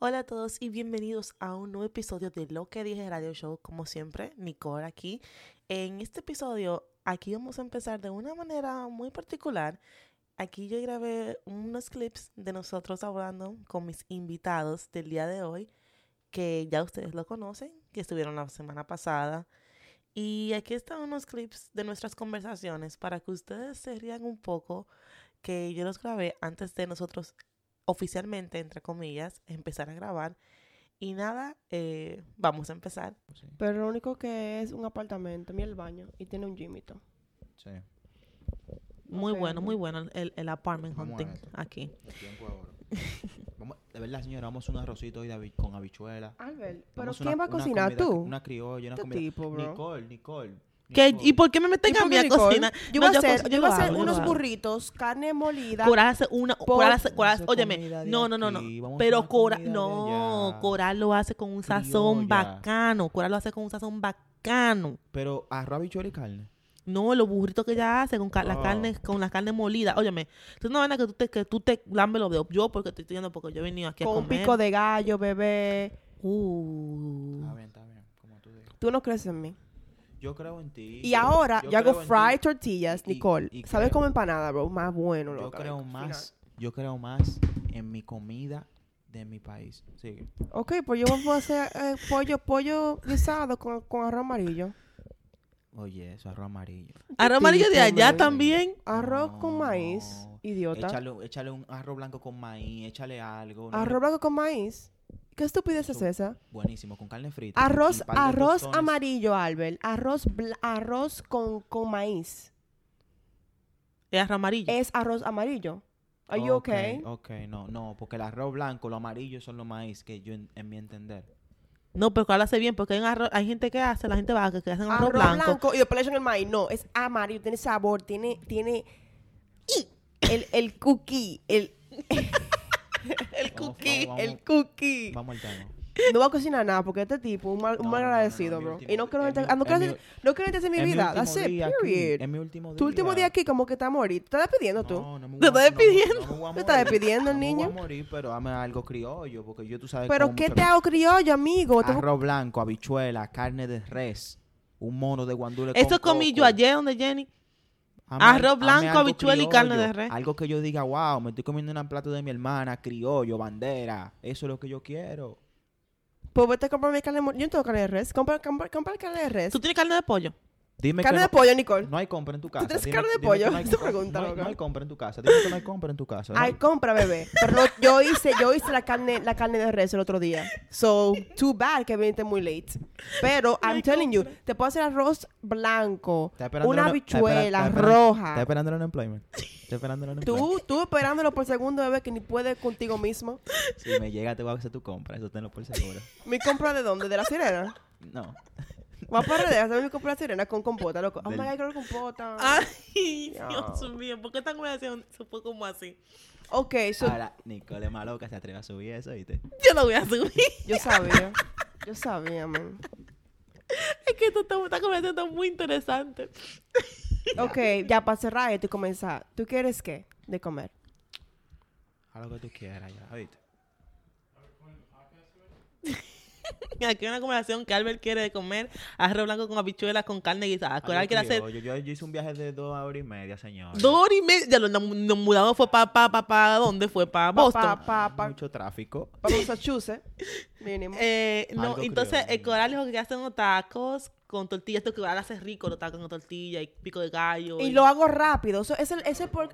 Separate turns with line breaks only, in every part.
Hola a todos y bienvenidos a un nuevo episodio de Lo que dije Radio Show, como siempre, Nicole aquí. En este episodio, aquí vamos a empezar de una manera muy particular. Aquí yo grabé unos clips de nosotros hablando con mis invitados del día de hoy, que ya ustedes lo conocen, que estuvieron la semana pasada. Y aquí están unos clips de nuestras conversaciones para que ustedes se rían un poco, que yo los grabé antes de nosotros oficialmente, entre comillas, empezar a grabar. Y nada, eh, vamos a empezar.
Sí,
Pero lo único que es un apartamento, mira el baño, y tiene un gimito.
sí.
Muy
Ok.
bueno, muy bueno el, el apartment
Vamos a
hunting
eso.
aquí.
Tiempo ahora. Vamos, de verdad, señora, vamos a hacer un arrocito hoy de habi- con habichuela.
Albert, ¿pero
Vamos a
quién
una-
va a
una
cocinar?
comida-
¿Tú?
Una criolla, una
Este
comida.
tipo, bro.
Nicole, Nicole.
¿Qué?
Nicole.
¿Y por qué me meten
¿Y
a
por
mí
qué
a
Nicole?
cocina?
Yo voy
No,
a hacer,
co-
yo voy a hacer
hago,
unos
hago.
burritos, carne molida.
Cora hace una. Cora hace. Cora hace-
Vamos a hacer comida
óyeme.
de
No, no, no, no.
aquí, vamos a hacer
Pero
una
Cora.
comida de
No,
allá.
Cora lo hace con un sazón
Criolla.
bacano. Cora lo hace con un sazón bacano.
Pero arroz, habichuela y carne.
No, los burritos que ella hace con ca- la
Oh.
carne, con la carne molida. Óyeme, es una vaina que tú te, que tú te lambes los dedos. Yo porque te estoy diciendo porque yo he venido aquí a
con un
comer.
pico de gallo, bebé.
Uh.
Está bien, está bien. Como tú digas.
Tú no crees en mí.
Yo creo en ti.
Y
yo-
ahora yo, hago
creo en ti.
fried tortillas,
Y- y-
Nicole.
y
¿Sabes
creo-
cómo empanada, bro? Más bueno,
Yo
loca,
creo
loca,
más. Yo creo más en mi comida de mi país. Sigue.
final. Ok, pues yo voy a hacer eh, pollo, pollo guisado con, con arroz amarillo.
Oye, eso arroz amarillo.
Arroz amarillo de
Tipo,
allá
man.
también.
Arroz con maíz,
No.
idiota.
Échale, échale un arroz blanco con maíz, échale algo. no le-
Arroz blanco con maíz. ¿Qué estupidez es
Eso-
esa?
Buenísimo, con carne frita. y
Arroz,
un par de
arroz
tostones.
amarillo, Albert. Arroz, bla- arroz con, con maíz.
Es arroz amarillo.
Es arroz amarillo. Are you okay?
Ok, no, no, porque el arroz blanco, lo amarillo son los maíz, que yo en, en mi entender.
No, pero Cora lo hace bien porque hay, un arroz- hay gente que hace, la gente va que, que hacen arroz,
Arroz
blanco.
blanco. y después le echan el maíz. No, es amarillo, tiene sabor, tiene, tiene y el, el cookie, el,
El
Vamos,
cookie.
vamos,
el cookie.
Vamos al tema.
No va a cocinar nada porque este tipo un mal, un
No,
mal
no, no, no,
agradecido,
mi
bro.
último-
Y no quiero
en mi-
gente- ah, no quiero
en mi-
gente- no quiero gente en mi
En
vida.
último
That's it,
día aquí,
period.
en mi último día.
Tu último día aquí como que está a morir. ¿Te estás despidiendo tú?
No, no me
¿Te
voy a-
estás
no me- no me
despidiendo?
voy a
¿Te estás
morir.
despidiendo,
No me
niño?
voy a morir, pero dame algo criollo, porque yo tú sabes
¿Pero
cómo
qué
mucho-
te hago criollo, amigo? Te-
Arroz blanco, habichuela, carne de res, un mono de guandule con
Eso comí yo
coco.
ayer donde Jenny.
Hazme-
Arroz
hazme
blanco,
algo
habichuela y carne de res.
Algo que yo diga, wow, me estoy comiendo un plato de mi hermana, criollo, bandera. Eso es lo que yo quiero.
Pues vete a comprarme carne mol- Yo no tengo carne de res. Compra, compra, compra carne de res.
¿Tú tienes carne de pollo?
Dime
Carne
que
de
no-
pollo, Nicole.
no, hay compra en tu casa.
tienes
Dime-
carne de
dime que
pollo?
No hay,
Esa
compra-
pregunta,
no hay-
loca.
no hay compra en tu casa. Dime que no hay compra en tu casa.
Ay,
No-
compra, bebé. Pero no- yo hice, yo hice la carne, la carne de res el otro día. So, too bad que viniste muy late. Pero, I'm telling you, te puedo hacer arroz blanco,
Está esperando
una
el- está espera-
habichuela
está esperando- Está
roja.
esperando el unemployment. Está esperando el unemployment.
Tú, tú esperándolo por segundo, bebé, que ni puedes contigo mismo.
Si me llega, te voy a hacer tu compra. Eso tenlo por seguro.
¿Mi compra de dónde? ¿De la sirena?
No.
Va para redes, hacer mi compra de la sirena con compota, loco. Oh my
Del- Ah.
God, con compota.
Ay,
Ya.
Dios mío, ¿por qué tan conversación se fue como así?
Ok, so,
Ahora, Nicole Maloca se atreve a subir eso, ¿viste?
Yo lo voy a subir.
yo sabía. Yo sabía, man.
Es que esto está, esta conversación está muy interesante.
Ok, ya para cerrar esto y comenzar, ¿tú quieres qué de comer?
Haz lo que tú quieras ya, ¿viste?
Aquí hay una conversación que Albert quiere de comer arroz blanco con habichuelas con carne guisada. Coral
Algo
quiere hacer
criollo. Yo, yo hice un viaje de dos horas y media, señor.
dos horas y media. Ya lo- Nos, nos mudamos, fue para, pa, pa, pa, ¿dónde fue? Para Boston.
Para pa, pa,
Mucho tráfico.
pa Massachusetts, mínimo.
Eh, no,
Algo
entonces
criollo.
el coral dijo que hacen unos tacos con tortilla. Esto que coral hace rico, los tacos con tortilla y pico de gallo.
y lo hago rápido. Eso, es el- ese por,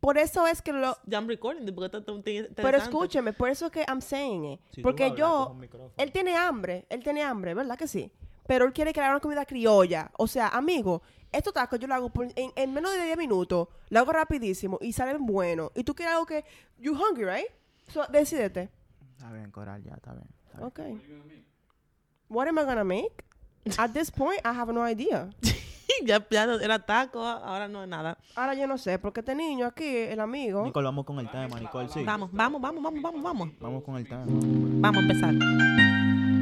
por eso es que lo...
Ya I'm recording, porque esto está muy interesante.
Pero escúcheme, por eso es que I'm saying it.
Si tú
porque
hablas, coge
yo...
un micrófono.
Él tiene hambre, él tiene hambre, ¿verdad que sí? Pero él quiere crear una comida criolla. O sea, amigo, estos tacos yo lo hago por- en, en menos de 10 minutos. Lo hago rapidísimo y salen buenos. Y tú quieres algo que... You hungry, right? So, decídete.
Está bien, Coral, ya, está bien. está bien.
Okay. What am I gonna make? At this point, I have no idea.
ya, ya no- era taco, ahora no es nada.
Ahora yo no sé, porque este niño aquí, el amigo,
Nicole, vamos con el tema, Nicole, sí.
Vamos, vamos, vamos, vamos, vamos, vamos.
Vamos con el tema.
Vamos a empezar.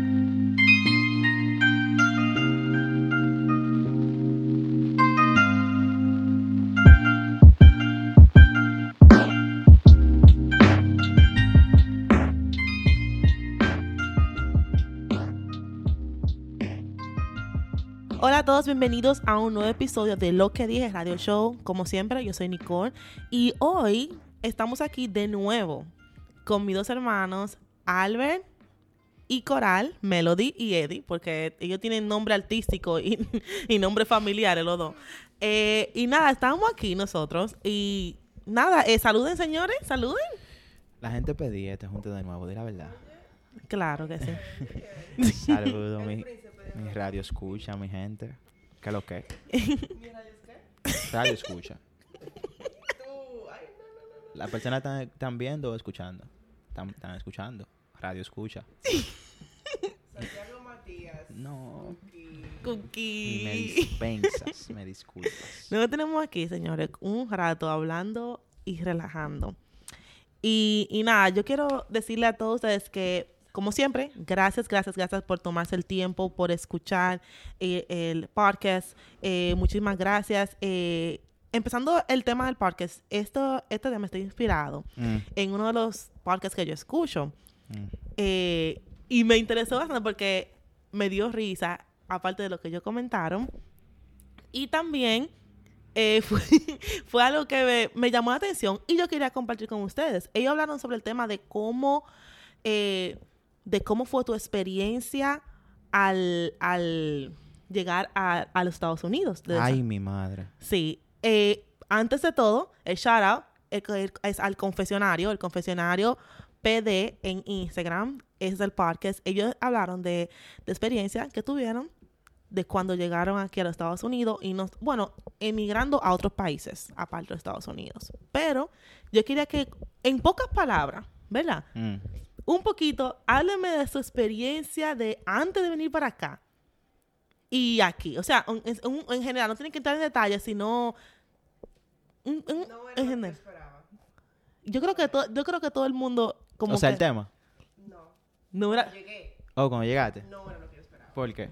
Hola a todos, bienvenidos a un nuevo episodio de Lo que dije Radio Show. Como siempre, yo soy Nicole y hoy estamos aquí de nuevo con mis dos hermanos, Albert y Coral, Melody y Eddie, porque ellos tienen nombre artístico y, y nombre familiar, los dos. Eh, y nada, estamos aquí nosotros y nada, eh, saluden señores, saluden.
La gente pedía este junte de nuevo, di la verdad.
Claro que sí.
Saludos, mi, mi radio escucha, mi gente. ¿Qué lo que? Radio escucha. Las personas están, están viendo o escuchando. Están, están escuchando. Radio escucha.
Santiago Matías.
No. Me
Cookie.
dispensas, me disculpas.
Luego tenemos aquí, señores, un rato hablando y relajando. Y, y nada, yo quiero decirle a todos ustedes que, como siempre, gracias, gracias, gracias por tomarse el tiempo, por escuchar eh, el podcast. Eh, muchísimas gracias. Eh, empezando el tema del podcast, esto, este tema está inspirado
Mm,
en uno de los podcasts que yo escucho.
mm.
Eh, y me interesó bastante porque me dio risa, aparte de lo que ellos comentaron. Y también eh, fue, fue algo que me, me llamó la atención y yo quería compartir con ustedes. Ellos hablaron sobre el tema de cómo, eh, de cómo fue tu experiencia al, al llegar a, a los Estados Unidos. De-
Ay, mi madre.
Sí. Eh, antes de todo, el shout out el co- el- es al confesionario, el confesionario PD en Instagram, es del podcast. Ellos hablaron de, de experiencia que tuvieron de cuando llegaron aquí a los Estados Unidos y nos, bueno, emigrando a otros países, aparte de los Estados Unidos. Pero yo quería que, en pocas palabras, ¿verdad?
Mm.
un poquito, hábleme de su experiencia de antes de venir para acá y aquí. O sea, un- es- un- en general, no tienen que entrar en detalles, sino un- un- en general. Yo creo que todo, yo creo que todo el mundo como
O sea,
que-
el tema.
No,
no era-
llegué.
Oh, cuando llegaste.
No era lo que yo esperaba.
¿Por qué?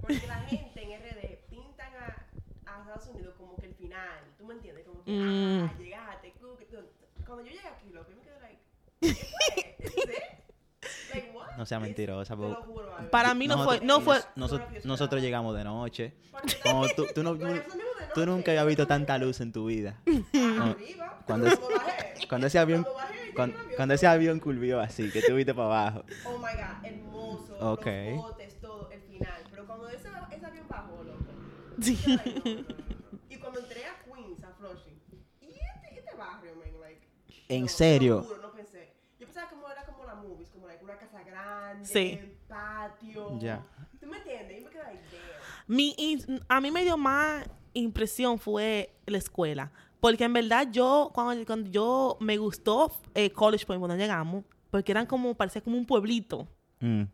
Porque la gente en RD pintan a, a Estados Unidos como que el final. ¿Tú me entiendes? Como que,
Mm.
ah, llegaste. cu- que tú- Cuando yo llegué aquí, loco, yo me quedé like, ¿qué fue? ¿Es it? Like, what?
No sea
Es-
mentirosa,
te
bo-
lo juro, Álvaro.
Para mí no
Nosotros-
fue- no fue-
noso-
Nosotros-
nosotros llegamos de noche.
Porque-
Como tú, tú no-
Bueno, eso mismo de
tú nunca
noche.
habías visto tanta luz en tu vida.
Ah,
no.
arriba.
Cuando es-
bajé.
Cuando ese avión,
Cuando bajé, yo
cuan-
vi un
cuando,
avión.
ese avión curvió así, que tú viste para abajo.
Oh my god, hermoso.
Ok.
Los botes, todo, el final. Pero cuando ese, ese avión bajó, loco.
Sí.
yo like, no, no, no, no. Y cuando entré a Queens, a Flushing. Y este, este barrio, man, like.
¿En
no,
serio?
te lo juro, no pensé. Yo pensaba como era como la movies, como like, una casa grande,
Sí.
patio.
Ya.
¿Tú me entiendes? Yo me quedé like, damn.
Mi in- a mí me dio más impresión fue la escuela. Porque en verdad yo, cuando, cuando yo me gustó eh, College Point cuando llegamos, porque eran como, parecía como un pueblito.
Mm.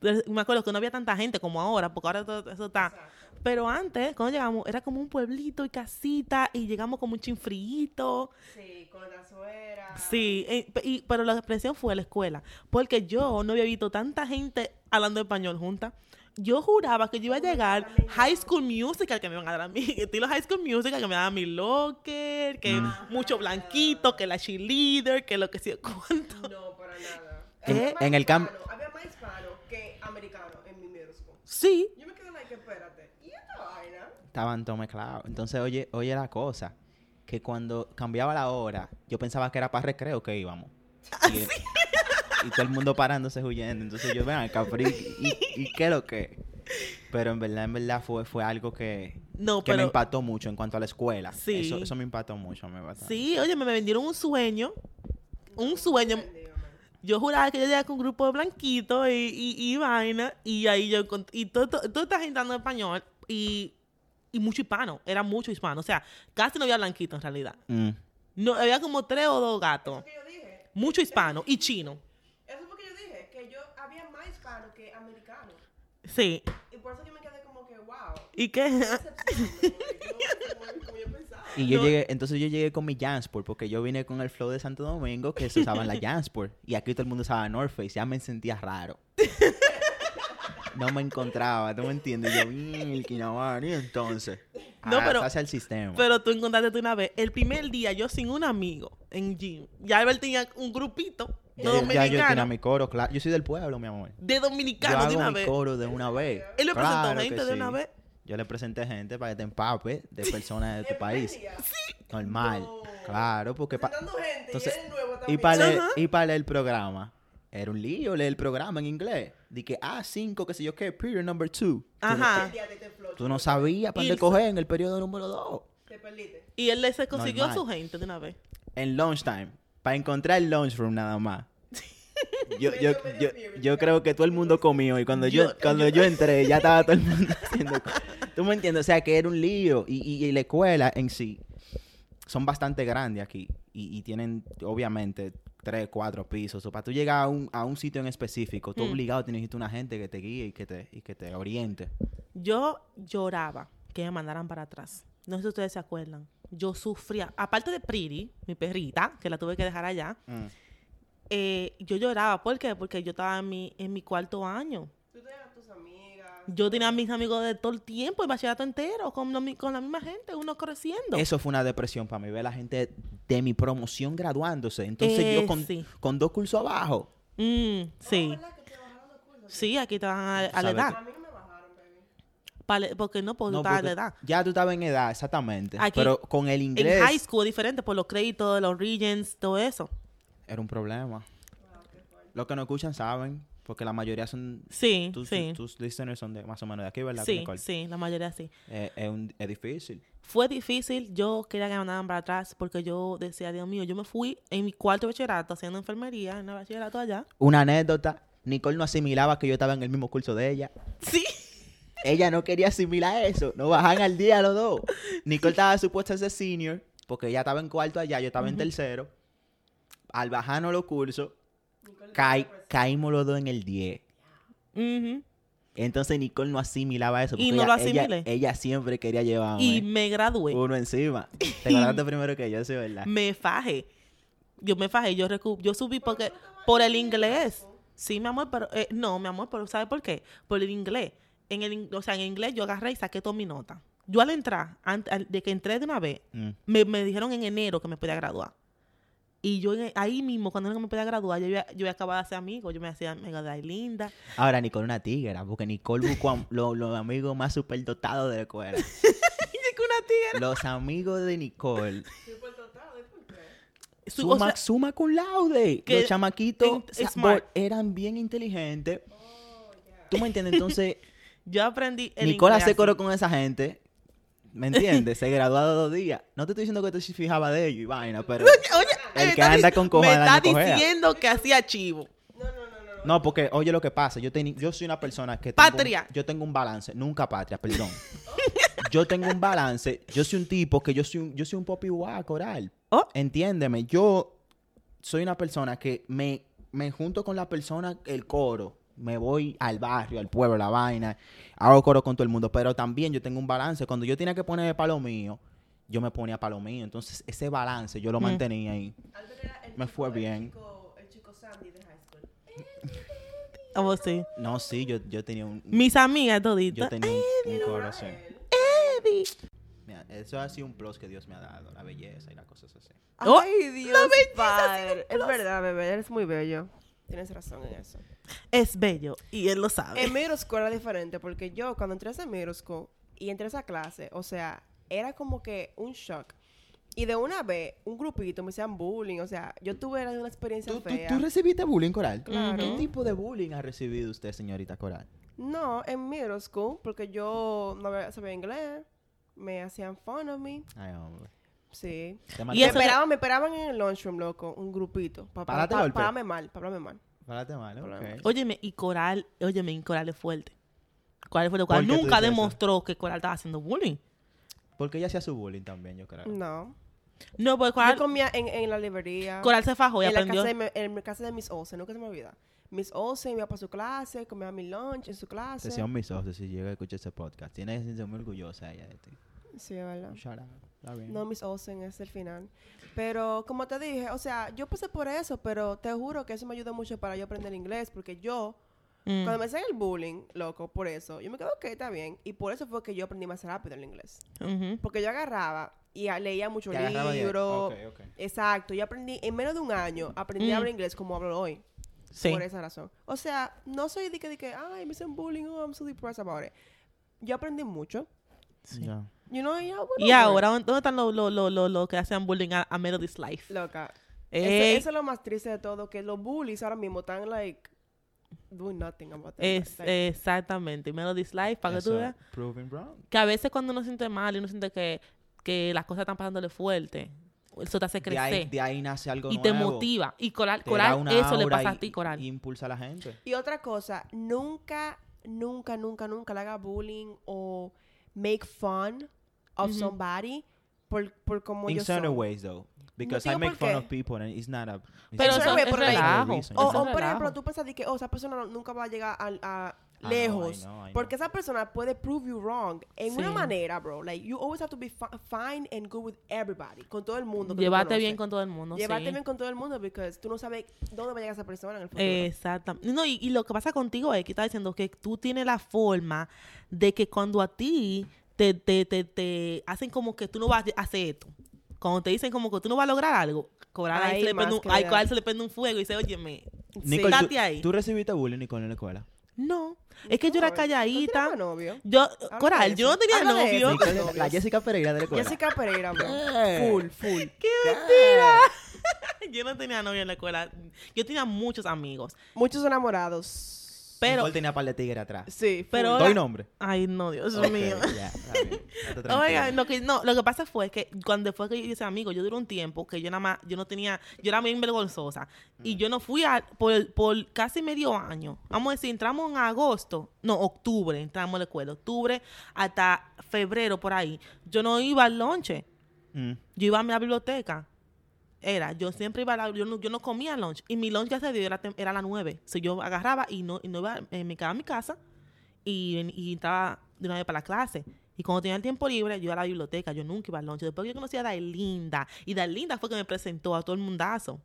Entonces, Me acuerdo que no había tanta gente como ahora, porque ahora todo eso está.
Exacto.
Pero antes, cuando llegamos, era como un pueblito y casita, y llegamos como un chinfrillito.
Sí, con la
Ah.
suera.
Sí, eh, pe- y- pero la expresión fue la escuela, porque yo no había visto tanta gente hablando español junta. Yo juraba que yo iba a
Oh my God,
llegar
también yo.
High School Musical, que me iban a dar a mí, estilo High School Musical, que me daba mi locker, que
Ajá.
mucho blanquito, que la cheerleader, que lo que sea, cuánto.
No, para nada.
En-
Había más
Eh, en el camp-
hispano- Había más hispano que americano en mi middle school.
Sí,
Yo me quedé like, espérate. ¿Y esta vaina?
Estaban todo mezclado. Entonces, oye, oye la cosa, que cuando cambiaba la hora, yo pensaba que era para recreo que íbamos.
Ah,
Y, y todo el mundo parándose huyendo. Entonces yo, ven acá, pero ¿y, y, y qué lo que? Pero en verdad, en verdad fue, fue algo que,
no,
que me
pero.
impactó mucho en cuanto a la escuela.
Sí.
Eso, eso me impactó mucho. Me impactó.
Sí, oye, me me vendieron un sueño, un sueño.
Bendiga, man.
Yo juraba que yo llegaba con un grupo de blanquitos y, y, y vaina, y ahí yo encont- y todo, todo, toda esta gente hablando español y, y mucho hispano, era mucho hispano, o sea, casi no había blanquito en realidad.
Mm.
No, había como tres o dos gatos,
Eso que yo dije.
mucho hispano y chino.
Eso fue que yo dije. Que yo había más hispano que americano.
Sí,
Y por eso yo me quedé como que, wow.
y que
qué
Este
excepción, man. Yo, como- como yo pensaba.
Y yo
No.
llegué, entonces yo llegué con mi Jansport, porque yo vine con el flow de Santo Domingo, que se usaban la Jansport. Y aquí todo el mundo usaba North Face, ya me sentía raro. No me encontraba, ¿tú me entiendes? Yo, "Mm, el Kinabani, entonces.
No,
No,
pero-
pero. Hacia el sistema.
pero tú encontraste tú una vez, el primer día yo sin un amigo en gym, ya Albert tenía un grupito de
Ya- ya yo tenía
dominicanos,
mi coro, claro. Yo soy del pueblo, mi amor.
de
Yo
dominicanos de
hago
una
mi
vez.
coro de una vez.
Él le presentó
Claro
gente
que
de una
sí.
vez
Yo le presenté gente para que te empape de personas de tu país. Normal. Claro, porque... pa- Entonces, y e- para leer, y para leer el programa. Era un lío leer el programa en inglés. Di que A5, qué sé yo qué, period number two. Tú no-
Ajá.
este
Tú no sabías para dónde
Ilsa.
coger en el periodo número 2.
Te perdiste.
Y él le se consiguió a su
Normal.
gente de una vez.
En lunchtime. Para encontrar el lunchroom nada más. Yo, yo,
Medio- medio
yo,
period,
yo creo que todo el mundo comió y cuando yo,
Yo-
cuando yo entré ya estaba todo el mundo haciendo co- Tú me entiendes, o sea que era un lío y, y- y la escuela en sí son bastante grandes aquí y, y tienen obviamente tres, cuatro pisos. O para tú llegar a un, a un sitio en específico, tú
Mm.
obligado tienes que ir a una gente que te guíe y que te, y que te oriente.
Yo lloraba que me mandaran para atrás. No sé si ustedes se acuerdan. Yo sufría. Aparte de Priri, mi perrita, que la tuve que dejar allá,
Mm.
eh, yo lloraba. ¿Por qué? Porque yo estaba en mi, en mi cuarto año.
Tú tenías a tus amigas.
Yo tenía a mis amigos de todo el tiempo, el bachillerato entero, con, lo mi- con la misma gente, uno creciendo.
Eso fue una depresión para mí, ver la gente de mi promoción graduándose. Entonces
Eh,
yo con,
sí.
con dos cursos abajo.
Mm, sí.
¿Verdad que te bajaron los cursos?
Sí, aquí te van a,
Tú
a la
sabes
edad.
mí no me bajaron, baby.
Pa- le- porque no, porque tú
No,
estás a la
porque
edad.
Ya tú estabas en edad, exactamente.
Aquí,
pero con el inglés
En high school es diferente, por los créditos, los regions, todo eso.
era un problema. Los que no escuchan saben, porque la mayoría son...
Sí,
Tus,
sí.
tus listeners son de más o menos de aquí, ¿verdad?
sí,
Nicole?
sí, la mayoría sí.
Eh, es, un- es difícil.
Fue difícil, yo quería que me mandaran para atrás porque yo decía, Dios mío, yo me fui en mi cuarto de bachillerato haciendo enfermería, en el bachillerato allá.
Una anécdota, Nicole no asimilaba que yo estaba en el mismo curso de ella.
Sí.
Ella no quería asimilar eso. No bajan al día los dos. Nicole estaba supuesta a ser senior, porque ella estaba en cuarto allá, yo estaba en tercero. Al bajarnos los cursos, caí- caímos los dos en el 10.
Ujú.
Entonces Nicole no asimilaba eso.
Y
porque
no
ella,
lo
ella-
asimilé.
Ella, siempre quería llevar
Y
uno,
me gradué.
encima. Te acordaste primero que yo, sí, ¿verdad?
me fajé. Yo me fajé, yo, recu- yo subí porque por el inglés. Sí, mi amor, pero eh, no, mi amor, pero ¿sabes por qué? Por el inglés. En el, in- o sea, en inglés yo agarré y saqué toda mi nota. Yo al entrar, an- al- de que entré de una vez,
Mm.
me, me dijeron en enero que me podía graduar. Y yo en- ahí mismo, cuando no me podía graduar, yo había, yo había acabado de ser amigo, yo me hacía mega de linda.
Ahora Nicole una tigra, porque Nicole buscó a lo- los amigos más superdotados de la escuela.
Y que una tía.
Los amigos de Nicole.
Su- o
Suma,
sea,
suma con laude.
que-
Los chamaquitos
en-
o sea,
smart.
bo- eran bien inteligentes. ¿Tú me entiendes? Entonces,
yo aprendí el
Nicole
inglés
hace coro
así.
con esa gente. ¿Me entiendes? Se graduó de dos días. No te estoy diciendo que tú se fijaba de ellos y vaina, pero...
Oye,
El
me
que
está
anda
dic-
con cojada,
Me está
no cojea.
diciendo que hacía chivo.
No, no, no, no.
No, porque oye lo que pasa, yo teni- yo soy una persona que tengo
Patria.
un- yo tengo un balance, nunca patria, perdón. yo tengo un balance, yo soy un tipo que yo soy un, yo soy un popi coral.
Oh.
Entiéndeme, yo soy una persona que me, me junto con la persona el coro, me voy al barrio, al pueblo, la vaina, hago coro con todo el mundo, pero también yo tengo un balance, cuando yo tenía que poner para lo mío, yo me ponía para lo mío, entonces ese balance yo lo
Mm.
mantenía ahí.
Albert era el
Me fue
chico-
bien.
El chico, el chico Sandy de high school.
Oh, sí.
No, sí, yo, yo tenía un
Mis amigas
yo
toditas.
tenía un, un coro así.
Él.
Eddie.
Mira, eso ha sido un plus que Dios me ha dado, la belleza y las cosas así.
Oh,
Ay, Dios, padre. Es verdad, bebé, eres muy bello. Tienes razón en eso.
Es bello y él lo sabe.
En Mirosco era diferente, porque yo cuando entré a ese Mirosco y entré a esa clase, o sea, era como que un shock. Y de una vez, un grupito me hacían bullying, o sea, yo tuve era una experiencia
¿Tú, tú,
fea.
tú recibiste bullying coral?
Claro.
¿Qué tipo de bullying ha recibido usted, señorita coral?
No, en middle school, porque yo no había- sabía inglés, me hacían fun of me,
Ay, hombre.
sí.
Te
Y eso-
me,
marcó-
esperaban, me esperaban en el lunchroom, loco, un grupito, para
Párate golpe.
pararme mal, para hablarme mal.
Párate mal, ¿eh?
Problema.
ok.
Óyeme, y Coral, óyeme, y Coral es fuerte. Coral es fuerte.
¿Por
Coral
qué tú
nunca
dices eso?
demostró que Coral estaba haciendo bullying.
Porque ella hacía su bullying también, yo creo.
No.
No, porque
Yo
Coral,
comía en, en la librería.
Coral se fajó y
en, la
aprendió.
casa de, mi- en mi casa de Miss Olsen, nunca se me olvida. Miss Olsen iba para su clase, comía mi lunch en su clase.
Te sean mis ojos si llega a escuchar ese podcast. Tienes que sentirse muy orgullosa ella de ti.
Sí, es verdad.
Shout out. Está bien.
No, Miss Olsen es el final. Pero como te dije, o sea, yo pasé por eso, pero te juro que eso me ayudó mucho para yo aprender inglés, porque yo,
Mm.
cuando me hacían el bullying, loco, por eso, yo me quedé, ok, está bien. Y por eso fue que yo aprendí más rápido el inglés.
Ujú.
Porque yo agarraba y a- leía mucho
Te agarraba de-
libro.
Ok, ok.
Exacto, yo aprendí, en menos de un año, aprendí
Mm.
a hablar inglés como hablo hoy.
Sí.
Por esa razón. O sea, no soy de que, de que, ay, me hacen bullying, oh, I'm so depressed about it. yo aprendí mucho.
Sí.
Ya.
You know, yeah, bueno, pues,
Y ahora, ¿dónde están los los- los- los- los que hacen bullying a, a Melody's Life?
Loca.
Ey,
Eso, eso es lo más triste de todo, que los bullies ahora mismo están, like, doing nothing about it.
es, eh.
Like,
exactamente. Melody's Life, para que tú
Eso,
veas.
Proving wrong.
Que a veces cuando uno se siente mal y uno siente que, que las cosas están pasándole fuerte, eso te hace
De ahí,
crecer
de ahí nace algo
y
nuevo.
te motiva. Y Coral,
Te da
coral
una
eso le
aura
pasa
y-
a ti, Coral.
y impulsa a la gente.
Y otra cosa, nunca, nunca, nunca, nunca le haga bullying o make fun of
Ujú.
somebody por, por como
In
yo
certain
soy.
ways, though. Because I
digo
make
por
fun of
qué.
people and it's not a... it's Oh,
Pero
not
eso
eso
a
es
es
por ahí.
relajo.
reason.
Eso
O, o,
es
por
relajo. Ah,
ejemplo, tú piensas de que, oh, esa persona no- nunca va a llegar al- a,
know, I
lejos.
know, I know.
Porque esa persona puede prove you wrong en una
Sí.
manera, bro. Like, you always have to be fi- fine and good with everybody. Con todo el mundo. que tú
Llévate
conoces.
bien con todo el mundo.
Llévate
sí.
bien con todo el mundo porque tú no sabes dónde va a llegar esa persona en el futuro.
Eh, Exactamente. No, y, y lo que pasa contigo es que está diciendo que tú tienes la forma de que cuando a ti te, te, te, te hacen como que tú no vas a hacer esto. Cuando te dicen como que tú no vas a lograr algo, Coral ahí,
Ahí
se, le
más
prende un,
que
ay,
le
Coral
da.
se le prende un fuego y dice, óyeme,
Nicole,
Date
tú,
ahí.
tú recibiste bullying, Nicole, en la escuela.
no, es que yo
No,
era
¿tú tienes
calladita.
un novio?
Yo,
de
Coral, yo
eso.
no tenía
Habla de
novio.
eso.
Nicole, la Jessica Pereira de la escuela.
Jessica Pereira, bro.
Eh.
Full, full.
Yo no tenía novio en la escuela. Yo tenía muchos amigos.
Muchos enamorados.
Pero,
Nicole tenía par de tigres atrás.
sí, full.
pero-
Doy
Ahora-
nombre.
ay, no, Dios
Ok,
mío.
ya, está bien. Está tranquila.
Oigan, lo que, no, lo que pasa fue que cuando fue que yo hice amigo, yo duré un tiempo que yo nada más, yo no tenía, yo era bien vergonzosa. Y yo no fui a, por, por casi medio año. Vamos a decir, entramos en agosto, no, octubre, entramos a la escuela, octubre hasta febrero por ahí. Yo no iba al lonche,
Mm.
yo iba a la biblioteca. Era, yo siempre iba a la, yo no, yo no comía lunch. Y mi lunch, gracias a Dios, era, tem- era a las 9. So, yo agarraba y no, y no iba, eh, me quedaba en mi casa y, ven- y entraba de una vez para la clase. Y cuando tenía el tiempo libre, yo iba a la biblioteca. Yo nunca iba al lunch. Después que yo conocí a Dailinda. Y Dailinda fue que me presentó a todo el mundazo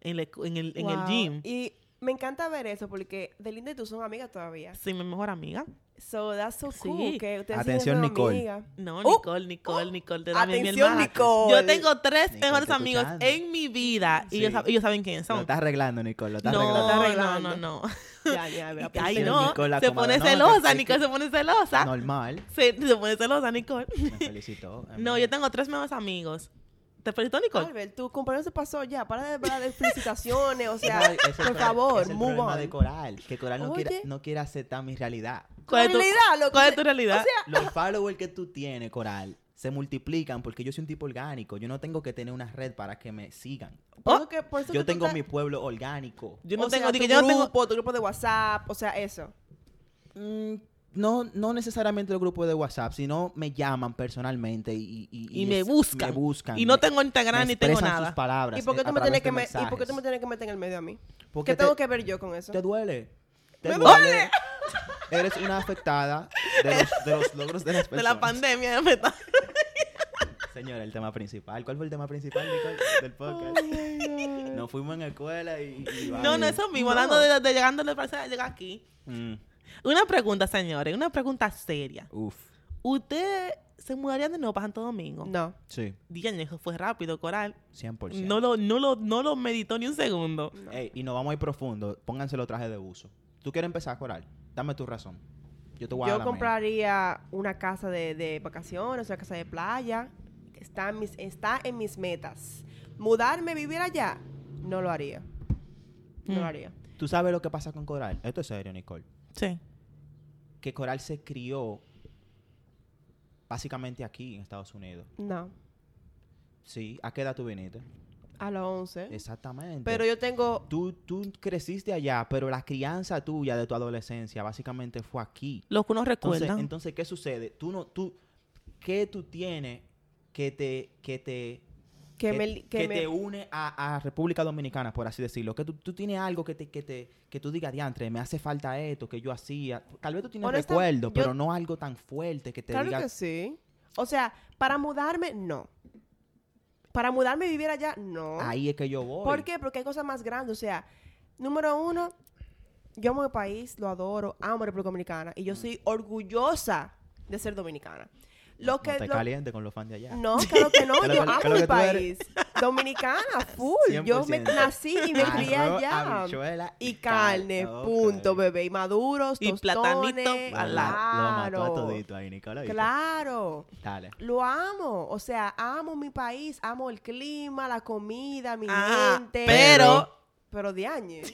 en, la escu- en el, en el
Wow.
gym.
Y me encanta ver eso porque Delinda y tú son amigas todavía.
Sí, mi mejor amiga.
So that's so
Sí.
cool. Que ustedes siguen
Atención,
siendo
Nicole.
amigas.
No,
Oh,
Nicole, Nicole, Nicole. Te mi
atención,
hermana.
Nicole.
Yo tengo tres
Nicole,
mejores
te
amigos
escuchando.
en mi vida. Y
Sí.
ellos, sab- ellos saben quiénes
Lo
son.
estás arreglando, Nicole.
No,
Lo estás arreglando.
no,
arreglando.
no, no.
Ya, ya, ya,
Y- Ay,
Pero
no.
Nicole, la
se
comadre,
pone
no, que-
celosa,
que-
Nicole se pone celosa.
Normal.
Se, se pone celosa, Nicole.
Me felicitó.
No, yo tengo tres nuevos amigos. ¿Te felicito, Nicole?
Albert, tu compañero se pasó ya. Para de hablar de felicitaciones. O sea,
Ese es el pro-
por favor,
ese es el
move
problema
on.
de Coral, que Coral no
Oye.
quiere, no quiere aceptar mi realidad.
¿Cuál es tu-
realidad, loco,
¿Cuál es
se-
tu realidad?
Los followers que tú tienes, Coral, se multiplican porque yo soy un tipo orgánico. Yo no tengo que tener una red para que me sigan.
Por eso que- por eso
Yo
que tú
tengo
estás-
mi pueblo orgánico.
yo no
o
tengo,
sea,
di
tu
que yo no tengo.
grupo, tu grupo de WhatsApp, o sea, eso.
Mm, no, no necesariamente el grupo de WhatsApp, sino me llaman personalmente y, y,
Y me
es-
buscan.
me buscan.
Y no
me-
tengo Instagram
me
ni tengo
expresan
nada.
Sus palabras,
¿Y por,
eh,
qué
a
tú me
través
tienes que
de
me- ¿Y por qué tú
mensajes.
me tienes que meter en el medio a mí?
Porque
¿Qué
te-
tengo que ver yo con eso?
¿Te duele? ¿Te
¡Me
duele? Eres una afectada de los, de los logros de las
De
personas.
la pandemia, me está-
Señora, el tema principal. ¿Cuál fue el tema principal Nicole, del podcast? Nos fuimos en escuela y... y
No, no, eso mismo.
No.
Hablando de, de llegando de Francia, llegar aquí.
Mm,
Una pregunta, señores. Una pregunta seria.
uf,
¿Ustedes se mudarían de nuevo para Santo Domingo?
No.
sí,
Díganme, eso fue rápido, Coral.
100%.
No lo, no, lo, no lo meditó ni un segundo.
Ey, y nos vamos a ir profundo. Pónganse los trajes de buzo. ¿Tú quieres empezar, Coral? Dame tu razón. Yo te voy a dar
Yo
la
compraría una casa de, de vacaciones, una casa de playa. Está en, mis, está en mis metas. Mudarme, vivir allá, no lo haría. No
Mm.
lo haría.
mía. ¿Tú sabes lo que pasa con Coral? Esto es serio, Nicole.
Sí.
Que Coral se crió básicamente aquí, en Estados Unidos.
No,
Sí. ¿A qué edad tú viniste?
a los
Este,
11.
Exactamente.
Pero yo tengo...
Tú, tú creciste allá, pero la crianza tuya de tu adolescencia básicamente fue aquí.
Lo que uno
Entonces,
recuerda.
entonces ¿qué sucede? Tú no, tú, ¿qué tú tienes que te, que te,
Que, me, li- que
que
me-
te une a, a República Dominicana, por así decirlo? Que tú, tú tienes algo que te, que te, que tú digas, diantre, me hace falta esto, que yo hacía. Tal vez tú tienes
Honesta-
recuerdos,
yo-
pero no algo tan fuerte que te
Claro
diga.
que sí. O sea, para mudarme, no. Para mudarme y vivir allá, no.
Ahí es que yo voy.
¿Por qué? Porque hay cosas más grandes. O sea, número uno, yo amo el país, lo adoro, amo la República Dominicana y
Mm.
yo soy orgullosa de ser dominicana. Lo
No
que
te
lo- Mm,
caliente con los fans de allá.
no, claro que no,
Claro
yo
que-
amo
claro
mi
que tú eres.
país. Dominicana, full. Yo me
100%.
nací y me crié
Arroz,
allá.
habichuela
Y carne,
cal-
punto,
ok.
bebé. Y maduros,
Y
tostones.
platanito al lado.
Lo mató a
Claro.
todito ahí, Nicola. ¿viste?
Claro.
Dale.
Lo amo. O sea, amo mi país, amo el clima, la comida, mi
Ah,
gente.
pero
Pero de añe. Y,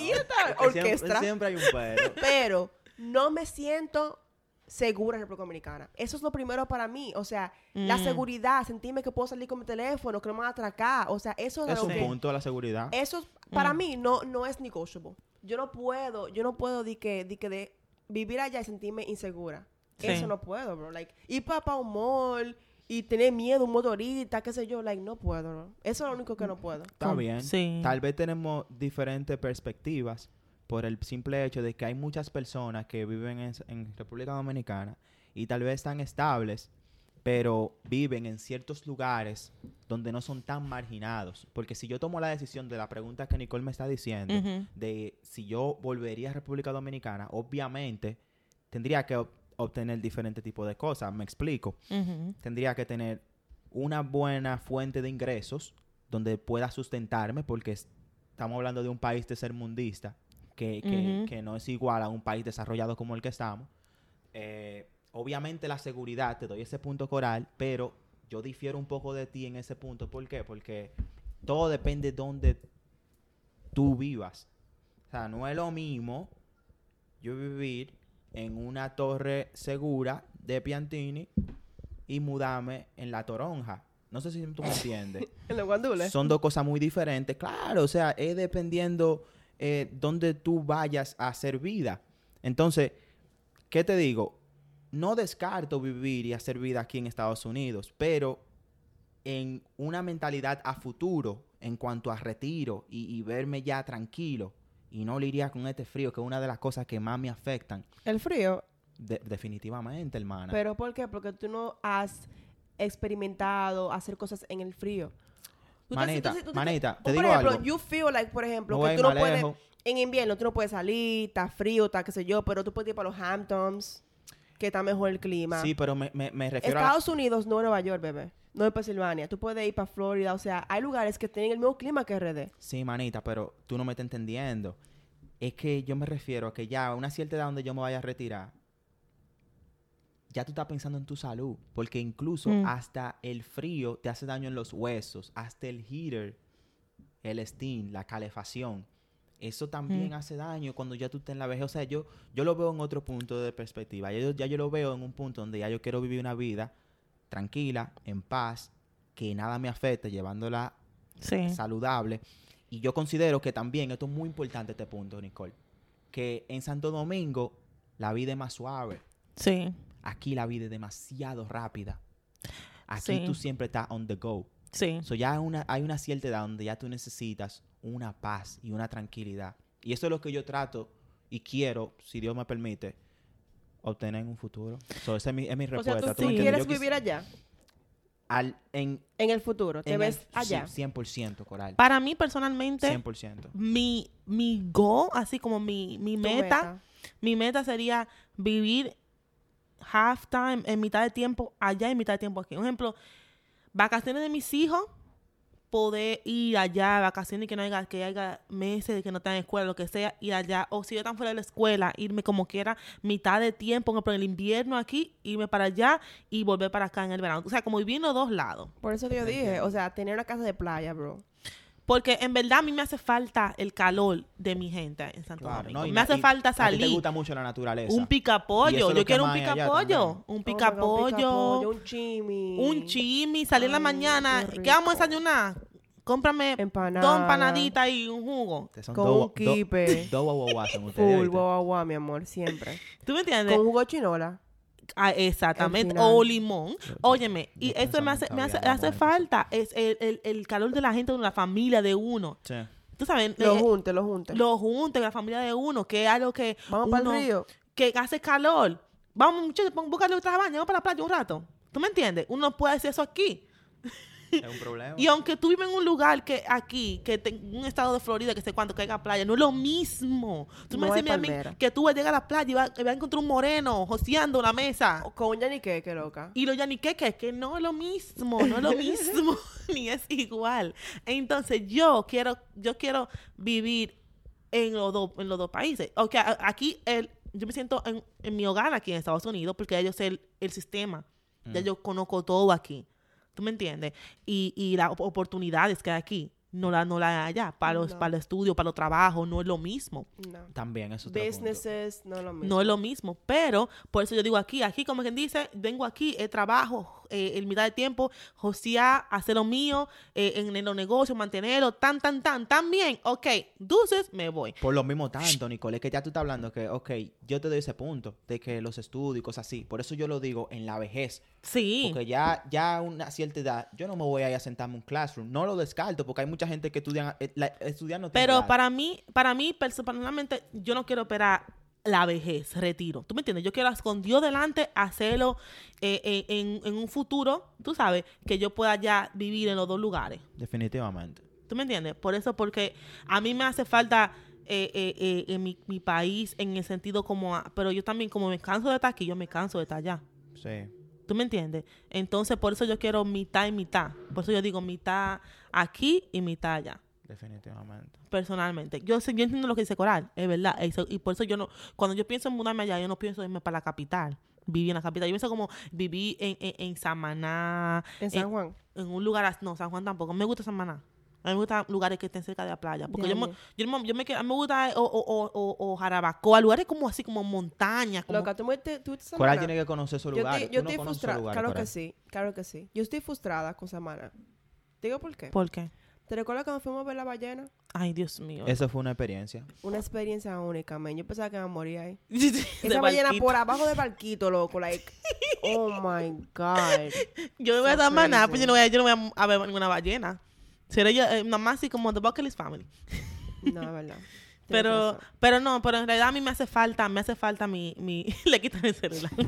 y- y esta
Porque siempre-
orquesta.
Siempre hay un pero.
Pero no me siento segura en República Dominicana. Eso es lo primero para mí. O sea, la
Mm.
seguridad, sentirme que puedo salir con mi teléfono, que no me van a atracar. O sea, eso es,
Es
algo
un
que-
punto de la seguridad.
Eso es- para
Mm.
mí no, no es negotiable. Yo no puedo, yo no puedo di que, di que de vivir allá y sentirme insegura.
Sí.
Eso no puedo, bro. Like, ir para, para un mall y tener miedo a un motorista, qué sé yo, like, no puedo, bro. Eso es lo único que no puedo.
Está
Com-
bien.
sí.
Tal vez tenemos diferentes perspectivas por el simple hecho de que hay muchas personas que viven en, en República Dominicana y tal vez están estables, pero viven en ciertos lugares donde no son tan marginados. Porque si yo tomo la decisión de la pregunta que Nicole me está diciendo,
Ujú.
de si yo volvería a República Dominicana, obviamente tendría que ob- obtener diferentes tipos de cosas. Me explico
Ujú.
tendría que tener una buena fuente de ingresos donde pueda sustentarme, porque es- estamos hablando de un país tercermundista que, que,
Ujú.
que no es igual a un país desarrollado como el que estamos. Eh, obviamente la seguridad, te doy ese punto coral, pero yo difiero un poco de ti en ese punto. ¿Por qué? Porque todo depende de dónde tú vivas. O sea, no es lo mismo yo vivir en una torre segura de Piantini y mudarme en la toronja. No sé si tú me entiendes.
En los guandules.
Son dos cosas muy diferentes. Claro, o sea, es dependiendo eh, dónde tú vayas a hacer vida. Entonces, ¿qué te digo? No descarto vivir y hacer vida aquí en Estados Unidos, pero en una mentalidad a futuro en cuanto a retiro y, y verme ya tranquilo y no lidiar con este frío, que es una de las cosas que más me afectan.
El frío.
De- definitivamente, hermana.
¿Pero por qué? Porque tú no has experimentado hacer cosas en el frío. Tú te-
Manita,
tú te- tú
manita,
o
te digo
por ejemplo,
algo.
you feel like, por ejemplo,
Me voy
que
a
tú
ir
no
más
puedes...
lejos.
En invierno tú no puedes salir, está frío, está qué sé yo, pero tú puedes ir para los Hamptons, que está mejor el clima.
sí, pero me, me- me refiero a... la-
Estados Unidos no es Nueva York, bebé. No es Pensilvania. Tú puedes ir para Florida. O sea, hay lugares que tienen el mismo clima que RD.
Sí, manita, pero tú no me estás entendiendo. Es que yo me refiero a que ya a una cierta edad donde yo me vaya a retirar, ya tú estás pensando en tu salud, porque incluso
Mm.
hasta el frío te hace daño en los huesos, hasta el heater, el steam, la calefacción. Eso también
Mm.
hace daño cuando ya tú estás en la vejez. O sea, yo, yo lo veo en otro punto de perspectiva. Ya yo, ya yo lo veo en un punto donde ya yo quiero vivir una vida tranquila, en paz, que nada me afecte, llevándola
Mm.
Sí.
saludable. Y yo considero que también, esto es muy importante este punto, Nicole, que en Santo Domingo la vida es más suave.
Sí.
Aquí la vida es demasiado rápida. Aquí
Sí.
tú siempre estás on the go.
Sí.
So ya hay una, hay una cierta edad donde ya tú necesitas una paz y una tranquilidad. Y eso es lo que yo trato y quiero, si Dios me permite, obtener en un futuro. So esa es mi, es mi
O sea,
respuesta.
tú,
me
tú
entiendes?
quieres
Yo quis-
vivir allá.
al- en,
En el futuro. Te
en el-
ves allá.
sí, 100%, Coral.
Para mí personalmente,
100%.
mi, mi goal, así como mi, mi
Tu
meta, mi meta sería vivir half time, en mitad de tiempo allá y mitad de tiempo aquí. Un ejemplo, vacaciones de mis hijos, poder ir allá, vacaciones y que no haya, que haya meses de que no tengan escuela, lo que sea, ir allá. O si yo tan fuera de la escuela, irme como quiera, mitad de tiempo, por ejemplo, el invierno aquí, irme para allá y volver para acá en el verano. O sea, como vivir en los dos lados.
Por eso que yo dije, o sea, tener una casa de playa, bro.
Porque en verdad a mí me hace falta el calor de mi gente en Santo
Claro,
Domingo.
no, y
me
na-
hace
y
falta
A ti te
salir.
gusta mucho la naturaleza.
Un
Y eso
picapollo.
es lo
Yo
que
quiero un
más hay allá
picapollo. Un
Oh my God,
picapollo.
Un chimi.
Un chimi. Salir en la
Ay,
mañana.
qué
¿Qué vamos a
rico.
desayunar? Cómprame
Empanada.
dos empanaditas y un jugo.
Ustedes son
con
dos
un
gua- do-
kipe.
Dos guaguaguas son ustedes,
Full,
¿oíste?
guau, guau, guau, mi amor, siempre.
¿Tú me entiendes?
Con jugo de chinola.
Ah, exactamente.
Al final.
O limón. Óyeme. Y
yo
eso me
pensaba
hace,
que
me hace,
había
hace
algo
falta. Es el, el- el calor de la gente, de la familia de uno.
Sí.
Tú sabes.
Lo
eh,
junte, lo junte.
lo junto, la familia de uno, que es algo que.
Vamos para el
uno-
río.
que hace calor. Vamos, muchachos, pon- búscale otra baña, vamos para la playa un rato. ¿Tú me entiendes? Uno puede hacer eso aquí.
Es un problema.
Y aunque tú vives en un lugar que aquí, que te- un estado de Florida, que sé cuánto, que haya playa, no es lo mismo. Tú me
No hay
dices a mí
palmera.
que tú vas a llegar a la playa y vas, y vas a encontrar un moreno joseando una mesa.
Con Yanique, qué loca.
Y lo yaniqueques, que no es lo mismo, no es lo mismo, ni es igual. Entonces yo quiero, yo quiero vivir en los dos, en los dos países. Ok, a- aquí el, yo me siento en, en mi hogar aquí en Estados Unidos porque ya yo sé el, el sistema, ya
Mm.
yo conozco todo aquí. ¿Tú me entiendes? Y, y las op- oportunidades que hay aquí no la, no la hay allá. Para los,
No.
para los estudios, para los trabajos, no es lo mismo.
No.
También eso
Businesses, no lo mismo.
No eh, es lo mismo, pero por eso yo digo aquí, aquí como quien dice, vengo aquí, eh, trabajo eh, en mitad de tiempo, josear, hacer lo mío, eh, en, en los negocios, mantenerlo, tan, tan, tan, tan bien, ok, dulces, me voy.
Por lo mismo tanto, Nicole, es que ya tú estás hablando que, ok, yo te doy ese punto de que los estudios y cosas así. Por eso yo lo digo en la vejez.
Sí,
Porque ya, ya a una cierta edad, yo no me voy a ir a sentarme en un classroom. No lo descarto, porque hay mucha gente que estudian, eh, la- estudiar no tiene
pero
edad.
para mí, para mí personalmente, yo no quiero operar la vejez, retiro, ¿tú me entiendes? Yo quiero con Dios delante hacerlo eh, eh, en, en un futuro, tú sabes, que yo pueda ya vivir en los dos lugares.
Definitivamente.
¿Tú me entiendes? Por eso, porque a mí me hace falta eh, eh, eh, en mi, mi país, en el sentido como... a- pero yo también, como me canso de estar aquí, yo me canso de estar allá.
Sí.
¿Tú me entiendes? Entonces, por eso yo quiero mitad y mitad. Por eso yo digo mitad aquí y mitad allá,
Definitivamente.
personalmente. Yo, sé- yo entiendo lo que dice Coral, es verdad. Eso- y por eso yo no... Cuando yo pienso en mudarme allá, yo no pienso irme para la capital. Vivir en la capital. Yo pienso como vivir en, en, en Samaná,
En San Juan.
en un lugar as- no San Juan tampoco me gusta San Maná a mí me gustan lugares que estén cerca de la playa porque
Ya,
yo, me,
ya.
yo, me, yo me quedo- a mí me gusta eh, o, o, o, o, o Jarabacoa lugares como así como montañas como
Loca, tú me tú fuiste a San
Coral
Juan?
tiene que conocer su
Yo
lugar.
estoy-
Tú
Yo
no
estoy
conoces su
frustrada.
lugar,
Claro que
Coral.
sí, claro que sí. Yo estoy frustrada con Samana. Te digo por qué.
¿por qué?
¿Te recuerdas cuando fuimos a ver la ballena?
ay Dios mío
Eso fue una experiencia.
Una experiencia única, man. Yo pensaba que me moría ahí.
De
Esa ballena
barquito.
por abajo del barquito, loco. Like, oh my God.
yo me voy a
so
San Maná pues
crazy.
yo no voy a, yo no voy a, a ver ninguna ballena seré yo eh, nada más así como The Bucket List Family
No, es verdad. Tienes
pero
razón.
pero no pero en realidad a mí me hace falta me hace falta mi, mi le quitan el celular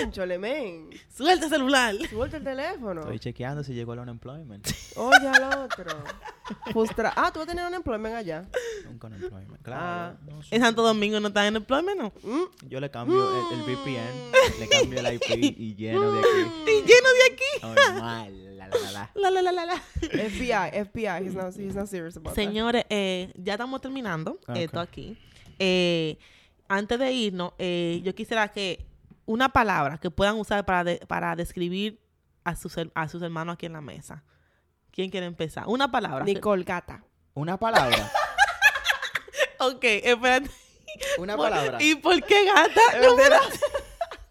Cónchale, men.
suelta el celular
Suelta el teléfono.
Estoy chequeando si llegó el unemployment.
Oye al otro. Frustra- ah, tú vas a tener un employment allá.
Nunca unemployment. Claro. no sé.
en Santo Domingo no está en el plan no
Mm,
Yo le cambio el, el VPN, le cambio el IP y lleno de aquí.
y lleno de aquí
Normal. La, la, la, la.
la la la la la
FBI, FBI. He's not, he's not serious about that.
Señores, eh, ya estamos terminando
Ah, Ok.
esto aquí. Eh, antes de irnos, eh, yo quisiera que una palabra que puedan usar para, de- para describir a sus, her- a sus hermanos aquí en la mesa. ¿Quién quiere empezar? Una palabra. que-
Nicole Gata.
Una palabra.
Ok, espérate.
Una palabra. Eh.
¿Y por qué gata? No,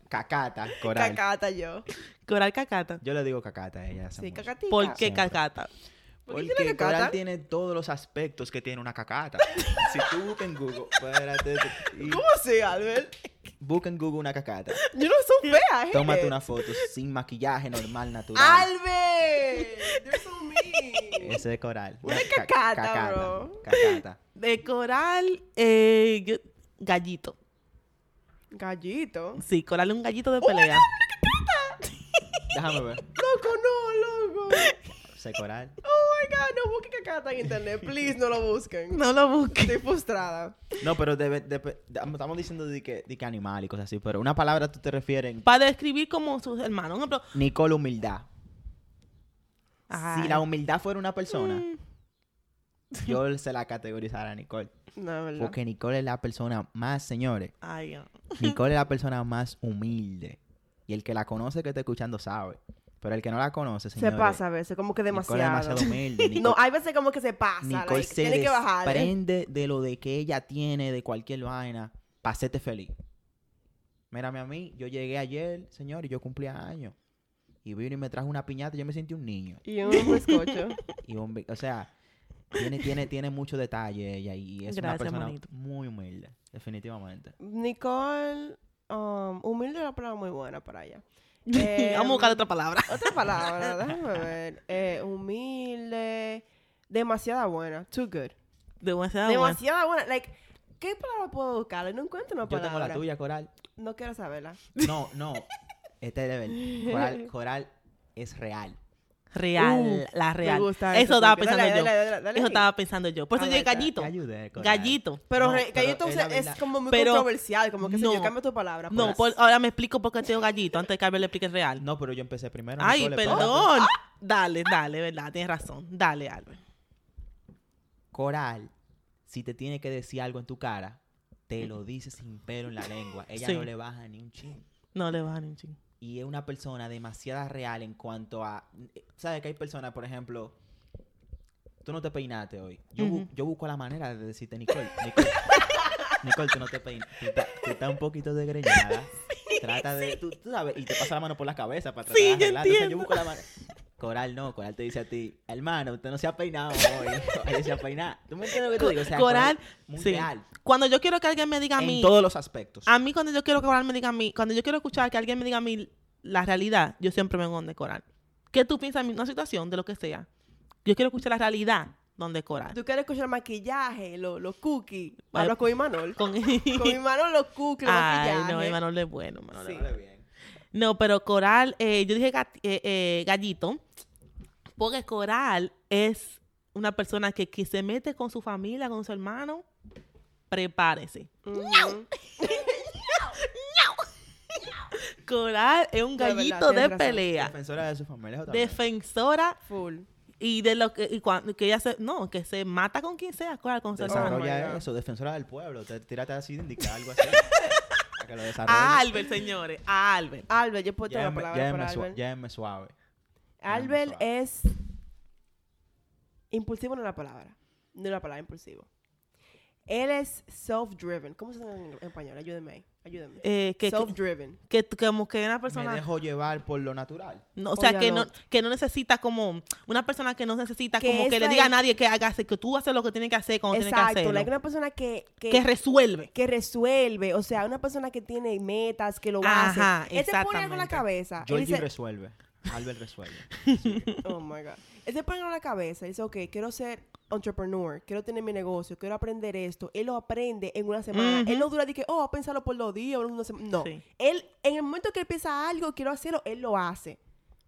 Cacata. Coral.
Cacata yo.
Coral cacata.
Yo le digo cacata a ella. esa
Sí,
mujer.
cacatica.
¿Por qué
Siempre.
cacata?
¿Por qué
Porque
tiene cacata?
Coral tiene todos los aspectos que tiene una cacata. si tú buscas en Google, espérate, y
¿Cómo así, Albert?
busca en Google una cacata.
Yo no soy fea, ¿eh?
Tómate una foto sin maquillaje, normal, natural.
¡Albert! You're so mean.
Ese es Coral.
Una
Ca-
cacata, bro.
Cacata.
De coral, eh, yo- gallito.
Gallito.
Sí, coral es un gallito de pelea.
Déjame ver.
Loco, no, loco.
Ese Coral.
Oh my god, no busquen cacata en internet. Please, no lo busquen.
no lo busques.
Estoy frustrada.
No, pero de- de- de- estamos diciendo de que, de que animal y cosas así, pero una palabra tú te refieres.
Para describir como sus hermanos. Por ejemplo,
Nicole, humildad.
ay.
Si la humildad fuera una persona, yo se la categorizara a Nicole.
No, es Mm. verdad.
Porque Nicole es la persona más, señores.
Ay, ah.
Nicole es la persona más humilde. Y el que la conoce que está escuchando sabe. Pero el que no la conoce, señores.
Se pasa a veces, como que
Nicole es
demasiado.
demasiado humilde. Nicole,
No, hay veces como que se pasa.
Nicole
like,
se
tiene que bajar. ¿eh?
desprende de lo de que ella tiene, de cualquier vaina. Pasete feliz. Mírame a mí, yo llegué ayer, señor, y yo cumplía años. Y vino y me trajo una piñata y yo me sentí un niño.
Y un bizcocho.
Y un bi- o sea, tiene, tiene, tiene mucho detalle ella y es una
Gracias,
persona
manito.
muy humilde, definitivamente.
Nicole, um, humilde es una palabra muy buena para ella. Em,
Vamos a buscar otra palabra.
Otra palabra, déjame ver. Eh, humilde, demasiada buena. Too good.
Ah,
Demasiado bueno.
demasiada buena. Like, ¿qué palabra puedo buscarle? No encuentro una
Yo
palabra.
tengo la tuya, Coral.
No quiero saberla.
No, no. Este es de verdad. Coral, Coral es real.
Real,
Uh,
la real.
Me gusta
eso estaba
porque-
pensando
dale,
yo.
dale, dale, dale, dale
eso
ahí.
estaba pensando yo. Por eso
Ah,
yo
vale,
gallito.
Te ayudé, coral.
Gallito.
Pero
No,
re- gallito
pero
o sea,
es
es,
la verdad.
como muy
Pero-
controversial, como que si
no.
yo cambio tu palabra.
No,
pues.
por- ah, ahora me explico por qué tengo gallito antes de que Albert le explique el real.
No, pero yo empecé primero.
Ay,
Nicole, espérate.
perdón. Dale, dale, verdad, tienes razón. Dale, Albert.
Coral, si te tiene que decir algo en tu cara, te lo dice sin pelo en la lengua. Ella
Sí.
no le baja ni un chin.
No le bajan un chingo.
Y es una persona demasiado real en cuanto a... eh, ¿Sabes que hay personas, por ejemplo... Tú no te peinaste hoy. Yo, bu-
Ujú.
yo busco la manera de decirte, Nicole. Nicole, Nicole, tú no te peinaste. Tú estás tú estás un poquito desgreñada. Trata de... Tú, tú sabes, y te pasa la mano por la cabeza para tratar
Sí,
de
yo
arreglar. Entonces,
entiendo.
yo busco la manera... Coral no, Coral te dice a ti, hermano, usted no se ha peinado hoy. Ella se ha peinado. ¿Tú me entiendes lo que te
Co-
digo? O sea,
Coral,
muy
sí. Ah,
real.
Cuando yo quiero que alguien me diga a mí.
En todos los aspectos.
A mí cuando yo quiero que Coral me diga a mí, cuando yo quiero escuchar que alguien me diga a mí la realidad, yo siempre me voy donde Coral. ¿Qué tú piensas en una situación de lo que sea? Yo quiero escuchar la realidad donde Coral.
Tú quieres escuchar maquillaje, lo- los cookies.
Ay.
Habla con Imanol.
Con
Con Imanol los cookies, los
Ay,
maquillaje.
no, Imanol es bueno, Imanol es
Sí.
Vale, bien.
No, pero Coral, eh, yo dije gat- eh, eh, gallito, porque Coral es una persona que, que se mete con su familia, con su hermano, prepárese.
Ujú.
Coral es un
De verdad,
gallito de,
tienes razón.
pelea,
Defensora de su familia. también.
defensora
Full.
y de lo que, y cuan- que ella se, no, que se mata con quien sea, Coral, con su hermano.
Oh my
Desarrolla
God.
eso, defensora del pueblo. Te tírate así de indicar algo así. para que lo desarrolle.
A Albert, señores, a Albert.
Albert, yo puedo tener la
Llévenme-
palabra
llévenme
para
sua-
Albert.
llévenme suave.
Albert
suave.
es impulsivo no es la palabra. No es la palabra impulsivo. Él es self-driven. ¿Cómo se dice en en español? Ayúdenme ahí. Ayúdenme.
Eh, que, que,
self-driven.
que- que como que una
Me
persona,
dejo llevar por lo natural.
no, o sea, que no,
Óyalo.
que no necesita como, una persona que no necesita
Que
como que le
esa
diga a
es-
nadie que haga, que tú haces lo que tienes que hacer cuando tienes que
Exacto.
hacerlo.
Like una persona que, que,
que resuelve.
que resuelve. O sea, una persona que tiene metas, que lo hace.
Ajá,
Él se pone algo en
exactamente.
la
Ah,
cabeza. Él
Georgie
dice,
resuelve. Albert resuelve.
Oh my God. Él se pone en la cabeza. Dice, ok, quiero ser entrepreneur, quiero tener mi negocio, quiero aprender esto. Él lo aprende en una semana.
Ujú.
Él no dura de que, oh, pensarlo por dos días, o en una semana. No.
Sí.
Él, en el momento que él piensa algo, quiero hacerlo, él lo hace.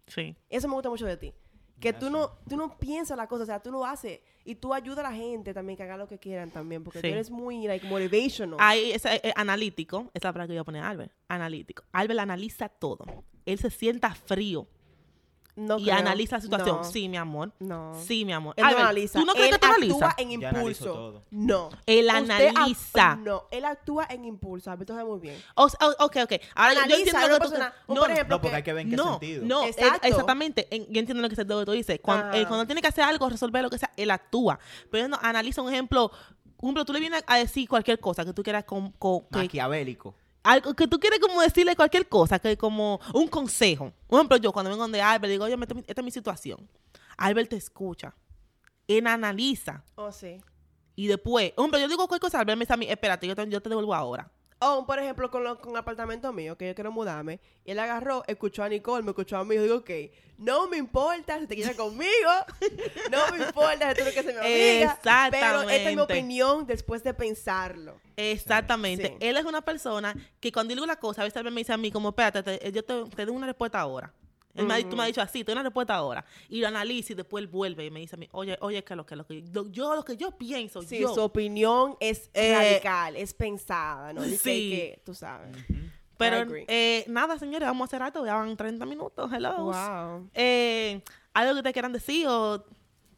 Sí.
Eso me gusta mucho de ti. Que tú
Gracias.
no, tú no piensas las cosas, o sea, tú lo haces. Y tú ayudas a la gente también que haga lo que quieran también. Porque
Sí.
tú eres muy, like, motivational.
Ahí es, eh, eh, analítico, esa es la palabra que yo voy a poner Albert. Analítico. Albert analiza todo. Él se sienta frío
No
y
creo.
analiza la situación.
No.
Sí, mi amor.
No.
Sí, mi amor.
Él no
Albert,
analiza.
¿Tú no crees
él
que tú analizas?
actúa en
Yo analizo
impulso.
todo.
No.
Él
Usted act-
analiza.
no, él actúa en impulso. Alberto sabe muy bien.
O sea, o- ok, ok. Ahora yo- yo
Analiza
entiendo
a
lo
una
que tú-
persona, o
no,
por ejemplo,
No, porque hay que ver en qué
no,
sentido.
no, él-
Exacto.
exactamente. En- yo entiendo lo que tú dices. Cuando,
Ajá.
él, cuando tiene que hacer algo, resolver lo que sea, él actúa. Pero él no analiza un ejemplo. Un ejemplo, tú le vienes a decir cualquier cosa que tú quieras con, con- que,
Maquiavélico.
algo que tú quieres como decirle cualquier cosa, que como un consejo. Por ejemplo, yo cuando vengo donde Albert digo, oye, esta es mi- esta es mi situación. Albert te escucha, él analiza
Oh, sí.
y después, por ejemplo, yo digo cualquier cosa, Albert me dice a mí, espérate, yo te, yo te devuelvo ahora.
O, por ejemplo, con, lo- con el apartamento mío, que yo quiero mudarme, y él agarró, escuchó a Nicole, me escuchó a mí, y digo, ok, no me importa si te quieres conmigo, no me importa si tú lo que se me obliga, pero esta es mi
Exactamente.
opinión después de pensarlo.
Exactamente.
Sí.
Él es una persona que cuando digo una cosa, a veces Albert me dice a mí, como, espérate, te- eh, yo te, te doy una respuesta ahora. Él me ha, di- tú me has dicho así, te doy una respuesta ahora. Y lo analiza y después él vuelve y me dice a mí, oye, oye, que lo que, lo que yo, yo- lo que yo pienso,
Sí,
yo.
su opinión es
Eh,
radical, es pensada, ¿no? Dice
sí.
que, tú sabes. I
Pero
agree.
eh, nada, señores, vamos a hacer alto, ya van 30 minutos. Hello.
Wow.
Eh, algo que te quieran decir o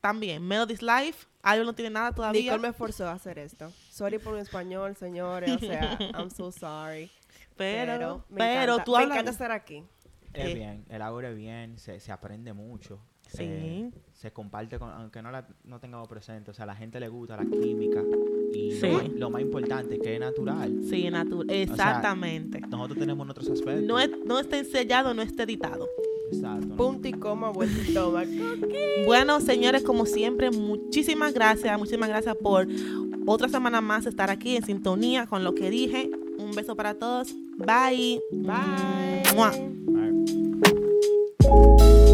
también, Melody's Life, algo no tiene nada todavía.
Nicole me forzó a hacer esto. Sorry por mi español, señores, o sea, I'm so sorry.
pero, pero,
me encanta-
tú
me
hablas.
encanta estar aquí.
Es
Eh.
bien. El aura es bien. Se, se aprende mucho.
Sí.
Eh, se comparte, con, aunque no la no tengamos presente. O sea, a la gente le gusta la química. Y
Sí.
lo, más, lo más importante es que es natural.
Sí, natu- exactamente.
Nosotros tenemos nuestros aspectos.
no, es- no está ensayado, no está editado.
Exacto. ¿no?
Punto y coma, vuelta y toma.
Bueno, señores, como siempre, muchísimas gracias, muchísimas gracias por otra semana más estar aquí en sintonía con lo que dije. Un beso para todos. Bye.
Bye.
Mua.
All right.